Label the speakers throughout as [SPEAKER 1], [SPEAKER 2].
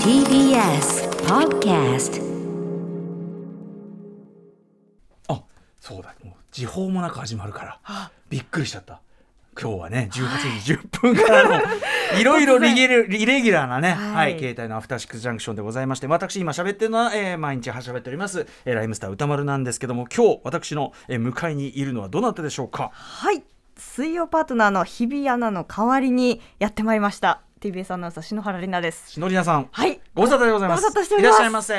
[SPEAKER 1] TBS Podcast
[SPEAKER 2] あそうだもう時報もなく始まるからびっくりしちゃった今日はね18時10分からの、 い、ろいろリギュリレギュラーなね、は
[SPEAKER 1] はい
[SPEAKER 2] い携帯のアフターシックスジャンクションでございまして私今喋ってるのは、えー毎日はしゃべっております、えーライムスター歌丸なんですけども今日私の、えー向かいにいるのはどなたでしょうか
[SPEAKER 3] はい水曜パートナーの日比アナの代わりにやってまいりました TBS アナウンサー篠原里奈です
[SPEAKER 2] しのりなさん
[SPEAKER 3] はい
[SPEAKER 2] ご無沙汰でございます
[SPEAKER 3] ご無沙汰しており
[SPEAKER 2] い
[SPEAKER 3] ま
[SPEAKER 2] らっ
[SPEAKER 3] す
[SPEAKER 2] しゃいませ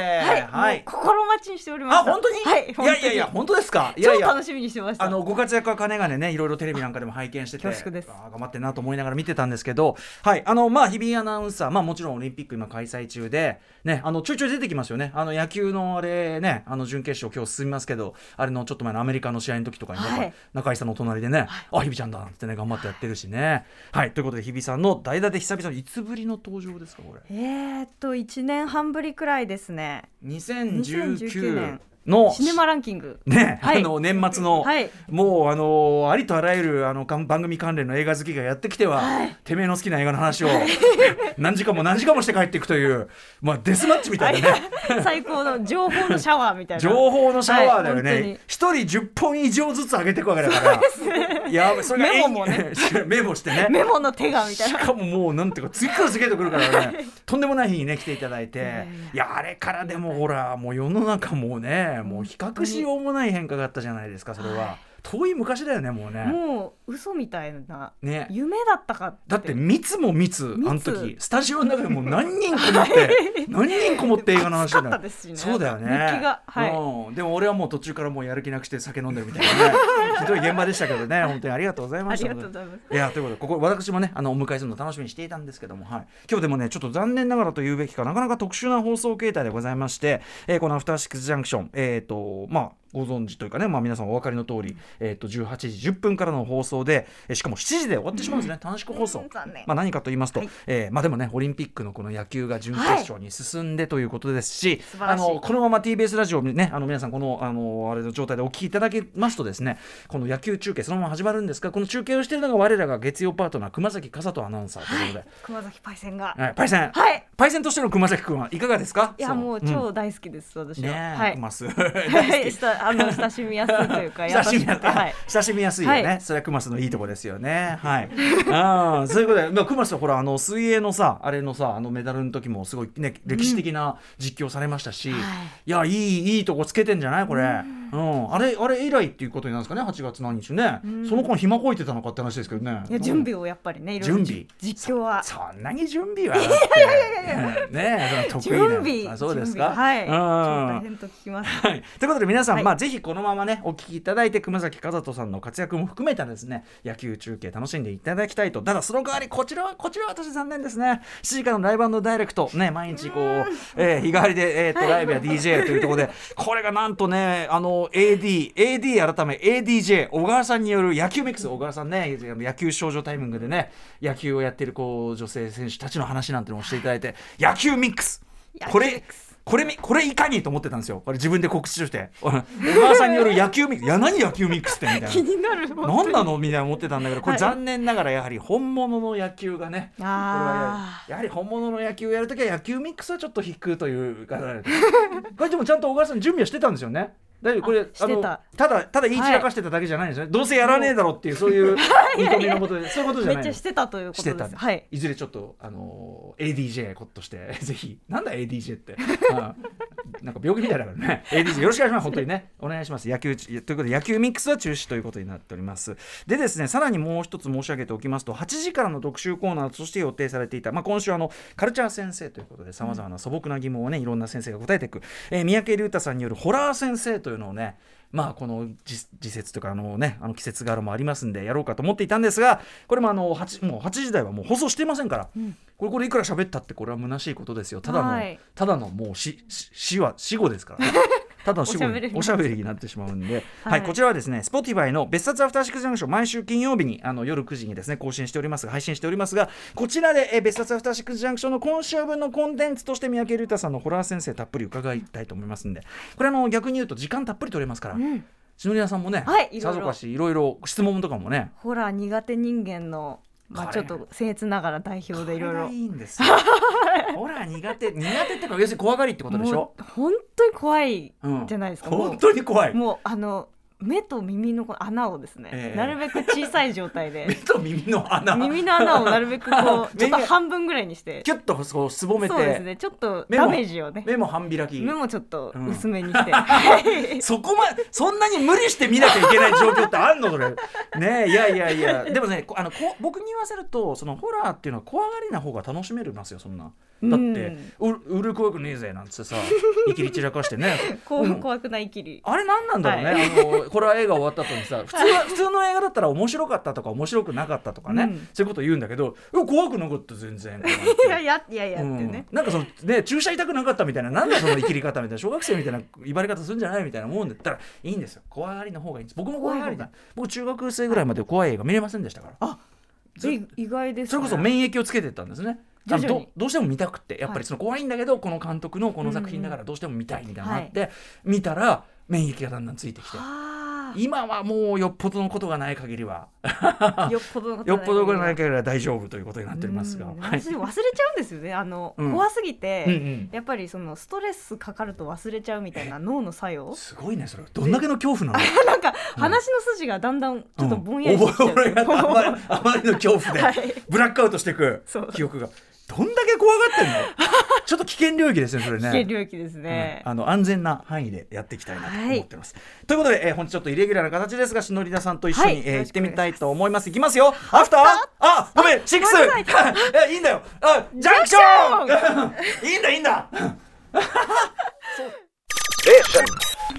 [SPEAKER 3] はい、もう心待ちにしており
[SPEAKER 2] あ
[SPEAKER 3] ました
[SPEAKER 2] 本当に、
[SPEAKER 3] はい本当に
[SPEAKER 2] いやいやいや本当ですかいや
[SPEAKER 3] 超
[SPEAKER 2] いや
[SPEAKER 3] 楽しみにしてまし た
[SPEAKER 2] あのご活躍はかねがねねいろいろテレビなんかでも拝見してて
[SPEAKER 3] 恐縮です
[SPEAKER 2] あー頑張ってんなと思いながら見てたんですけど、はいあのまあ、日比アナウンサー、まあ、もちろんオリンピック今開催中で、ね、あのちょいちょい出てきますよねあの野球のあれ、ね、あの準決勝今日進みますけどあれのちょっと前のアメリカの試合の時とかに、
[SPEAKER 3] はい
[SPEAKER 2] なんか中井さんの隣でね、あ日比ちゃんだなんてね頑張ってやってるしね。はい、ということで日比さんの代打で久々にいつぶりの登場ですかこれ
[SPEAKER 3] えーっと一年半ぶりくらいですね2019
[SPEAKER 2] 2019
[SPEAKER 3] 年
[SPEAKER 2] の
[SPEAKER 3] シネマランキ ング
[SPEAKER 2] ね、
[SPEAKER 3] はい
[SPEAKER 2] あの年末の、
[SPEAKER 3] はい
[SPEAKER 2] もうあのありとあらゆるあのかん番組関連の映画好きがやってきては、てめえの好きな映画の話を 何時間も何時間もして帰っていくという、まあ、デスマッチみたいなね
[SPEAKER 3] 最高の情報のシャワーみたいな
[SPEAKER 2] 情報のシャワーだよ
[SPEAKER 3] はい本当に
[SPEAKER 2] ね一、人10本以上ずつ上げていくわけだからいやそれが
[SPEAKER 3] メモもね
[SPEAKER 2] メモしてね
[SPEAKER 3] メモの手がみたい
[SPEAKER 2] し
[SPEAKER 3] な
[SPEAKER 2] かももうなんていうか次から次へと来るからねとんでもない日にね来ていただいてい
[SPEAKER 3] や
[SPEAKER 2] や
[SPEAKER 3] い
[SPEAKER 2] あれからでもほらもう世の中もうねもう比較しようもない変化があったじゃないですかそれは遠い昔だよねもうね
[SPEAKER 3] もう嘘みたいな
[SPEAKER 2] ね
[SPEAKER 3] 夢だったか
[SPEAKER 2] だって密も密
[SPEAKER 3] 密
[SPEAKER 2] あの時スタジオの中でもう何人こもって何人こもって映画の話だ
[SPEAKER 3] 暑かったですしね
[SPEAKER 2] そうだよね
[SPEAKER 3] 熱気がはい
[SPEAKER 2] うん、でも俺はもう途中からもうやる気なくして酒飲んでるみたいなね ひどい現場でしたけどね本当にありがとうござい
[SPEAKER 3] あ
[SPEAKER 2] まし
[SPEAKER 3] り
[SPEAKER 2] た
[SPEAKER 3] がとうございます
[SPEAKER 2] いやということでここ私もねあのお迎えするの楽しみにしていたんですけども、はい、今日でもねちょっと残念ながらと言うべきかなかなか特殊な放送形態でございまして、えーこの「アフターシックスジャンクション」えっ、とまあご存知というかね、まあ、皆さんお分かりの通り、えっと18時10分からの放送で、えーしかも7時で終わってしまうんですね、短縮放送
[SPEAKER 3] うん残念。
[SPEAKER 2] まあ、何かと言いますと、えーまあ、でもね、オリンピックのこの野球が準決勝に進んでということですし、
[SPEAKER 3] 素晴らしい
[SPEAKER 2] あのこのまま TBS ラジオねあの皆さんこのあのあれの状態でお聞きいただけますとですねこの野球中継そのまま始まるんですがこの中継をしているのが我らが月曜パートナー熊崎笠人アナウンサーということで、
[SPEAKER 3] 熊崎パイセンが
[SPEAKER 2] はいパイセン、
[SPEAKER 3] はい
[SPEAKER 2] パイセンとしての熊崎君はいかがですか
[SPEAKER 3] いやもう
[SPEAKER 2] 超
[SPEAKER 3] 超大好きです、私
[SPEAKER 2] ね
[SPEAKER 3] は。
[SPEAKER 2] え、
[SPEAKER 3] はい。
[SPEAKER 2] 熊す
[SPEAKER 3] はい、したあの 親しみやすいというか、
[SPEAKER 2] 親しみ
[SPEAKER 3] 優
[SPEAKER 2] やす
[SPEAKER 3] くてはい
[SPEAKER 2] い、親しみやすいよね、
[SPEAKER 3] は
[SPEAKER 2] それはクマスのいいとこですよ ねはいああそういうことで、まあ、クマスはほらあの水泳のさあれのさあのメダルの時もすごいね歴史的な実況されましたし、い、やいいいいとこつけてんじゃないこれ、うんあれあれ以来っていうことになるんですかね8月何日ね、その間暇こいてたのかって話ですけどね
[SPEAKER 3] いや準備をやっぱりね、いろいろ
[SPEAKER 2] 準備
[SPEAKER 3] 実況は。
[SPEAKER 2] そんなに準備はだって ねえその得意
[SPEAKER 3] 準
[SPEAKER 2] な
[SPEAKER 3] 備
[SPEAKER 2] あそうですか
[SPEAKER 3] 準備はい。
[SPEAKER 2] うん
[SPEAKER 3] 超大変と聞きます。
[SPEAKER 2] はい、ということで皆さん、
[SPEAKER 3] はい
[SPEAKER 2] まあ、ぜひこのままねお聞きいただいて熊崎和人さんの活躍も含めたですね野球中継楽しんでいただきたいとただその代わりこちらはこちらは私残念ですね7時からのライブダイレクトね毎日こう、えー日替わりで、えー、とライブや DJ というところでこれがなんとねあの AD, AD 改め ADJ 小川さんによる野球ミックス小川さんね野球少女タイミングでね野球をやってるこう女性選手たちの話なんてのをしていただいて野球ミックスこ
[SPEAKER 3] 野球ミ
[SPEAKER 2] れ
[SPEAKER 3] ックス
[SPEAKER 2] これみこれいかにと思ってたんですよ、これ自分で告知として、お母さんによる野球ミックス、いや、何野球ミックスってみたいな、
[SPEAKER 3] 気になる。 本
[SPEAKER 2] 何なのみたいな思ってたんだけど、これ、残念ながらやはり本物の野球がね、これは
[SPEAKER 3] あ
[SPEAKER 2] やはり本物の野球をやるときは、野球ミックスはちょっと引くという方で、これ、でもちゃんと小川さん、準備はしてたんですよね。大丈夫これ
[SPEAKER 3] してた
[SPEAKER 2] ただただ言い散らかしてただけじゃないんですよね、どうせやらねえだろっていうそういう見込みのことでそういうことじゃ
[SPEAKER 3] め
[SPEAKER 2] な
[SPEAKER 3] っ
[SPEAKER 2] い
[SPEAKER 3] ち
[SPEAKER 2] で
[SPEAKER 3] ゃ
[SPEAKER 2] す
[SPEAKER 3] してたというこ
[SPEAKER 2] して
[SPEAKER 3] と
[SPEAKER 2] た
[SPEAKER 3] で
[SPEAKER 2] ん
[SPEAKER 3] す。
[SPEAKER 2] で、
[SPEAKER 3] はいい、。
[SPEAKER 2] ずれちょっと、あのー ADJ コットして ぜひなんだ ADJ って、うんなんか病気みたいだからね ADJ よろしくお願いします本当にねお願いします野球ということで野球ミックスは中止ということになっておりますでですねさらにもう一つ申し上げておきますと8時からの特集コーナーとして予定されていた、まあ、今週あのカルチャー先生ということでさまざまな素朴な疑問をねいろんな先生が答えていく、えー三宅龍太さんによるホラー先生というのをねまあこの時時節というかあのねあの季節柄もありますんでやろうかと思っていたんですがこれもあの8もう8時台はもう放送していませんから、これこれいくら喋ったってこれは虚しいことですよただの、
[SPEAKER 3] はい
[SPEAKER 2] ただのもうしし死は死後ですから ねただの死後
[SPEAKER 3] おしゃべりになっちゃう
[SPEAKER 2] おしゃべりになってしまうんで、は
[SPEAKER 3] はい
[SPEAKER 2] い、こちらはですね Spotify の別冊アフターシックスジャンクション毎週金曜日にあの夜9時にですね更新しております配信しておりますがこちらでえー別冊アフターシックスジャンクションの今週分のコンテンツとして三宅龍太さんのホラー先生たっぷり伺いたいと思いますんでこれあの逆に言うと時間たっぷり取れますから、
[SPEAKER 3] うん。
[SPEAKER 2] 篠宮さんもね、
[SPEAKER 3] はいいろいろ
[SPEAKER 2] さぞかしいろいろ質問とかもね
[SPEAKER 3] ホラー苦手人間のまあ、
[SPEAKER 2] こ
[SPEAKER 3] ちょ
[SPEAKER 2] れ
[SPEAKER 3] っと僭越ながら代表でいろ
[SPEAKER 2] こ
[SPEAKER 3] い
[SPEAKER 2] れ
[SPEAKER 3] ろ
[SPEAKER 2] がいいんですよホラー苦手苦手ってか要するに怖がりってことでし
[SPEAKER 3] も
[SPEAKER 2] ょ
[SPEAKER 3] う本当に怖い
[SPEAKER 2] うん
[SPEAKER 3] じゃないですか、もう
[SPEAKER 2] 本当に怖い
[SPEAKER 3] もうあの目と耳のこの穴をですね、
[SPEAKER 2] ええ
[SPEAKER 3] なるべく小さい状態で
[SPEAKER 2] 目と耳の穴
[SPEAKER 3] 耳の穴をなるべ くこうちょっ
[SPEAKER 2] 耳
[SPEAKER 3] と
[SPEAKER 2] が
[SPEAKER 3] 半分ぐらいにして
[SPEAKER 2] キュッとそうすぼめて
[SPEAKER 3] そうですねちょっと
[SPEAKER 2] 目も
[SPEAKER 3] ダメージをね
[SPEAKER 2] 目も半開き
[SPEAKER 3] 目もちょっと
[SPEAKER 2] うん
[SPEAKER 3] 薄めに して、はい
[SPEAKER 2] そこまそんなに無理して見なきゃいけない状況ってあんのそれねいやいやい やでもねこあのこ僕に言わせるとそのホラーっていうのは怖がりな方が楽しめるますよそんなだってう売る怖くねえぜなんつって さいきり散らかしてね
[SPEAKER 3] こう
[SPEAKER 2] うん
[SPEAKER 3] 怖くないきり、
[SPEAKER 2] あれ何なんだろうね、あのこれは映画終わった後にさ普通は普通の映画だったら面白かったとか面白くなかったとかね、
[SPEAKER 3] うん
[SPEAKER 2] そういうこと言うんだけどうわ怖くなかった全 然
[SPEAKER 3] いやいやいやいやってね、
[SPEAKER 2] うん、なんかそのね注射痛くなかったみたいななんだその生きり方 みたいな小学生みたいな威張り方するんじゃないみたいなもんだったらいいんですよ怖がりの方がいいんです僕も怖がりだ僕中学生ぐらいまで怖い映画見れませんでしたからず
[SPEAKER 3] で意外です、ね、
[SPEAKER 2] それこそ免疫をつけてったんですね
[SPEAKER 3] 徐々に
[SPEAKER 2] あのどどうしても見たくてやっぱ
[SPEAKER 3] はい
[SPEAKER 2] りその怖いんだけど、この監督のこの作品だからどうしても見たいみたいなのがあって、見たら免疫がだんだんついてきて
[SPEAKER 3] は
[SPEAKER 2] 今はもうよっぽどのことがない限りは
[SPEAKER 3] あよっぽどのこと
[SPEAKER 2] よっぽどのことがない
[SPEAKER 3] け
[SPEAKER 2] 限りは大丈夫ということになっておりますが、はい、
[SPEAKER 3] 私忘れちゃうんですよねあの、
[SPEAKER 2] うん
[SPEAKER 3] 怖すぎて、
[SPEAKER 2] うんうん
[SPEAKER 3] やっぱりそのストレスかかると忘れちゃうみたいな脳の作用
[SPEAKER 2] すごいねそれどんだけの恐怖なの
[SPEAKER 3] なんか話の筋がだんだんちょっとぼんやりしてきちゃう、
[SPEAKER 2] うん俺があま りあまりの恐怖で、
[SPEAKER 3] はい
[SPEAKER 2] ブラックアウトしていく
[SPEAKER 3] そう
[SPEAKER 2] 記憶がどんだけ怖がって んのちょっと危険領域ですねそれね
[SPEAKER 3] 危険領域ですね、
[SPEAKER 2] うんあの安全な範囲でやっていきたいなと
[SPEAKER 3] はい
[SPEAKER 2] 思ってます、ということで、えー、本日ちょっとイレギュラーな形ですがしのりださんと一緒に、
[SPEAKER 3] はい
[SPEAKER 2] えー
[SPEAKER 3] よろ
[SPEAKER 2] 行っ
[SPEAKER 3] しく
[SPEAKER 2] て
[SPEAKER 3] お願い
[SPEAKER 2] みた
[SPEAKER 3] します
[SPEAKER 2] いと思いますいきますよアフターあごめんシックス
[SPEAKER 3] ごめんなさい
[SPEAKER 2] えいいんだよあジャンクション いいんだいいんだ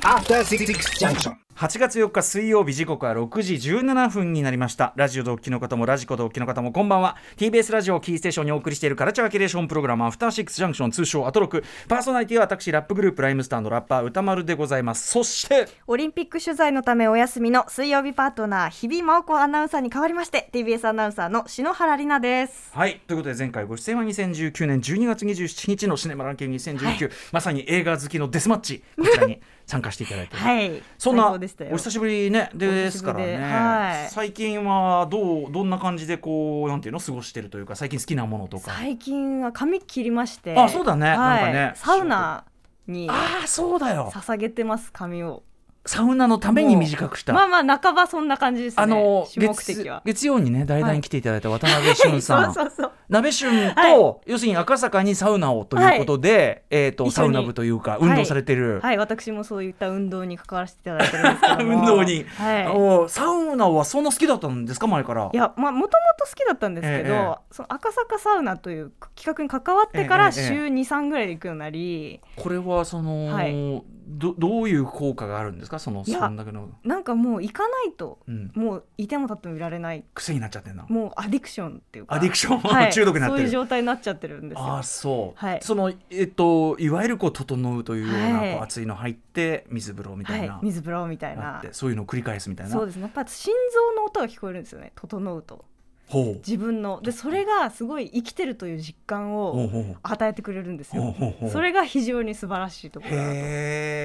[SPEAKER 4] After Six Junction.
[SPEAKER 2] 8月4日水曜日時刻は6時17分になりましたラジオ同期の方もラジコ同期の方もこんばんは TBS ラジオをキーステーションにお送りしているカルチャーキュレーションプログラムアフターシックスジャンクション通称アトロクパーソナリティは私ラップグループライムスターのラッパー歌丸でございますそして
[SPEAKER 3] オリンピック取材のためお休みの水曜日パートナー日比真央子アナウンサーに代わりまして TBS アナウンサーの篠原里奈です
[SPEAKER 2] はいということで前回ご出演は2019年12月27日のシネマランキング2019、
[SPEAKER 3] はい
[SPEAKER 2] まさに映画好きのデスマッチこちらに参加していただいております
[SPEAKER 3] はい
[SPEAKER 2] そんな
[SPEAKER 3] 最
[SPEAKER 2] お
[SPEAKER 3] 高でしたよ
[SPEAKER 2] 久しぶりねで
[SPEAKER 3] 久
[SPEAKER 2] す
[SPEAKER 3] し
[SPEAKER 2] か
[SPEAKER 3] ぶ
[SPEAKER 2] ら
[SPEAKER 3] りで
[SPEAKER 2] ね、
[SPEAKER 3] はい
[SPEAKER 2] 最近はどうどんな感じでこうなんていうの過ごしてるというか最近好きなものとか
[SPEAKER 3] 最近は髪切りまして
[SPEAKER 2] あそうだねなんかね
[SPEAKER 3] サウナに
[SPEAKER 2] ああそうだよ
[SPEAKER 3] 捧げてます髪を
[SPEAKER 2] サウナのために短くした、
[SPEAKER 3] まあまあ半ばそんな感じですね
[SPEAKER 2] あの
[SPEAKER 3] 主目
[SPEAKER 2] 月
[SPEAKER 3] 的は
[SPEAKER 2] 月曜にね代打に来ていただいた渡辺俊さん、
[SPEAKER 3] そうそうそう
[SPEAKER 2] 鍋俊と、
[SPEAKER 3] は
[SPEAKER 2] 要するに赤坂にサウナをということで、えっ、と
[SPEAKER 3] 一緒に
[SPEAKER 2] サウナ部というか運動されてる、
[SPEAKER 3] はい私もそういった運動に関わらせていただいてるんですけど も
[SPEAKER 2] 運動に、
[SPEAKER 3] はい
[SPEAKER 2] おサウナはそんな好きだったんですか前から
[SPEAKER 3] いやまあもともと好きだったんですけど、
[SPEAKER 2] ええ
[SPEAKER 3] その赤坂サウナという企画に関わってか
[SPEAKER 2] え
[SPEAKER 3] ら
[SPEAKER 2] えええ
[SPEAKER 3] 週23、三ぐらいで行くようになり
[SPEAKER 2] これはその、
[SPEAKER 3] はい
[SPEAKER 2] どどういう効果があるんですかその
[SPEAKER 3] いや
[SPEAKER 2] そんだけの、
[SPEAKER 3] なんかもう行かないと
[SPEAKER 2] うん、
[SPEAKER 3] もういても立ってもいられない
[SPEAKER 2] 癖になっちゃってんな
[SPEAKER 3] もうアディクションっていうか
[SPEAKER 2] アディクション、
[SPEAKER 3] はい
[SPEAKER 2] 中毒になっ
[SPEAKER 3] そう
[SPEAKER 2] て
[SPEAKER 3] いう
[SPEAKER 2] る
[SPEAKER 3] 状態になっちゃってるんですよ
[SPEAKER 2] ああそう、
[SPEAKER 3] はい
[SPEAKER 2] そのえっといわゆるこう整うというような、
[SPEAKER 3] はい
[SPEAKER 2] こう熱いの入って水風呂みたいな、
[SPEAKER 3] はい、水風呂みたい
[SPEAKER 2] あっ
[SPEAKER 3] な
[SPEAKER 2] てそういうのを繰り返すみたいな
[SPEAKER 3] そうですねやっぱ心臓の音が聞こえるんですよね整うと
[SPEAKER 2] ほう
[SPEAKER 3] 自分のでそれがすごい生きてるという実感
[SPEAKER 2] ほう
[SPEAKER 3] を
[SPEAKER 2] ほう
[SPEAKER 3] 与えてくれるんです
[SPEAKER 2] ほう
[SPEAKER 3] よ
[SPEAKER 2] ほうほう
[SPEAKER 3] それが非常に素晴らしいところだと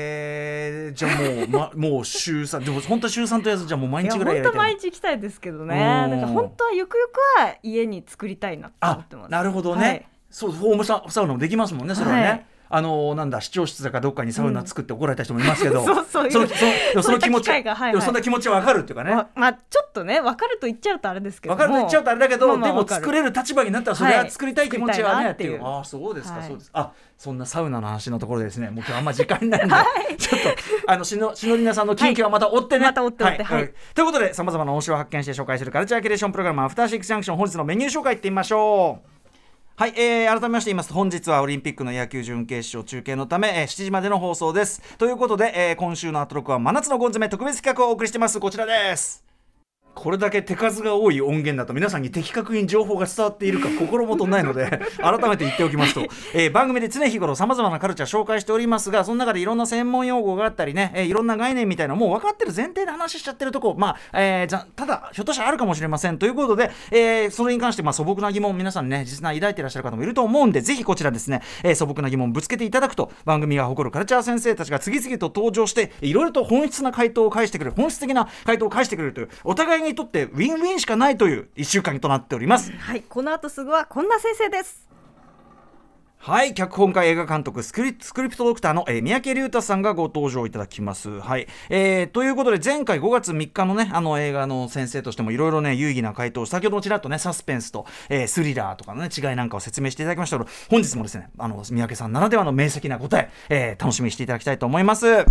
[SPEAKER 2] へえじゃあもう、ま、もう週三でも本当は週三とやつじゃあもう毎
[SPEAKER 3] いや
[SPEAKER 2] 日ぐらいや
[SPEAKER 3] 本
[SPEAKER 2] り
[SPEAKER 3] 当
[SPEAKER 2] た
[SPEAKER 3] 毎
[SPEAKER 2] い
[SPEAKER 3] 日行きたいですけどね
[SPEAKER 2] うん
[SPEAKER 3] だから本当はゆくゆくは家に作りたいなって思
[SPEAKER 2] あ
[SPEAKER 3] ってます
[SPEAKER 2] なるほどね、
[SPEAKER 3] はい
[SPEAKER 2] そうホームササウナもできますもんねそれはね、
[SPEAKER 3] はい
[SPEAKER 2] あのなんだ市長室だかどっかにサウナ作って怒られた人もいますけど、
[SPEAKER 3] そうそういう
[SPEAKER 2] そのそのでもそ
[SPEAKER 3] そう
[SPEAKER 2] の
[SPEAKER 3] いった
[SPEAKER 2] 気持
[SPEAKER 3] 機
[SPEAKER 2] ち、
[SPEAKER 3] 会がはいはい
[SPEAKER 2] でもそんな気持ちは分かるっていうかね
[SPEAKER 3] ままあちょっとね分かると言っちゃうとあれですけど
[SPEAKER 2] 分
[SPEAKER 3] も
[SPEAKER 2] かると言っちゃうとあれだけど、
[SPEAKER 3] まあまあ
[SPEAKER 2] でも
[SPEAKER 3] わかる
[SPEAKER 2] 作れる立場になったらそれ
[SPEAKER 3] は
[SPEAKER 2] はい作りたい気持ちはね、
[SPEAKER 3] 作りたいなっていう
[SPEAKER 2] ああそうですか、
[SPEAKER 3] はい
[SPEAKER 2] そうですあそんなサウナの話のところでですねもう今日あんま時間ないん で、ちょっとあのしのし のりなさんの近況はまた追ってね、
[SPEAKER 3] また追って追ってはい
[SPEAKER 2] うんということでさまざまな面白を発見して紹介するカルチャーキュレーションプログラム「アフターシックスジャンクション」本日のメニュー紹介いってみましょう。はい、えー改めまして言いますと本日はオリンピックの野球準決勝中継のため、えー7時までの放送ですということで、えー今週のアトロックは真夏のゴン詰め特別企画をお送りしてますこちらですこれだけ手数が多い音源だと皆さんに的確に情報が伝わっているか 心もとないので改めて言っておきますと、えー番組で常日頃さまざまなカルチャー紹介しておりますがその中でいろんな専門用語があったりね、えーいろんな概念みたいなのもう分かってる前提で話しちゃってるとこまあ、えーざただひょっとしたらあるかもしれませんということで、えーそれに関してまあ素朴な疑問皆さんね実際抱いてらっしゃる方もいると思うんでぜひこちらですね、えー素朴な疑問ぶつけていただくと番組が誇るカルチャー先生たちが次々と登場していろいろと本質な回答を返してくれる本質的な回答を返してくれるというお互いににとってウィンウィンしかないという1週間となっております
[SPEAKER 3] はい、この後すぐはこんな先生です。
[SPEAKER 2] はい脚本家映画監督スクリスクリプトドクターの、えー三宅龍太さんがご登場いただきます。はいえーということで前回5月3日のねあの映画の先生としてもいろいろね有意義な回答を先ほどもちらっとねサスペンスと、えースリラーとかの、ね、違いなんかを説明していただきましたけど本日もですねあの三宅さんならではの明晰な答ええー楽しみにしていただきたいと思います。はい、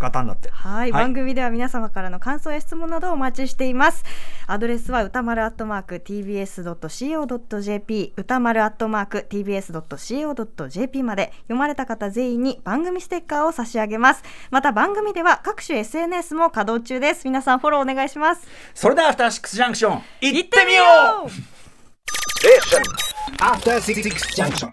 [SPEAKER 2] ガタンだって
[SPEAKER 3] はい、番組では皆様からの感想や質問などをお待ちしています。アドレスは歌丸アットマーク tbs ドット co ドット jp 歌丸アットマーク tbs ドット co ドット jp まで読まれた方全員に番組ステッカーを差し上げます。また番組では各種 SNS も稼働中です。皆さんフォローお願いします。
[SPEAKER 2] それではアフターシックスジャンクション行ってみよう
[SPEAKER 3] う。
[SPEAKER 4] Station. After Six Junction.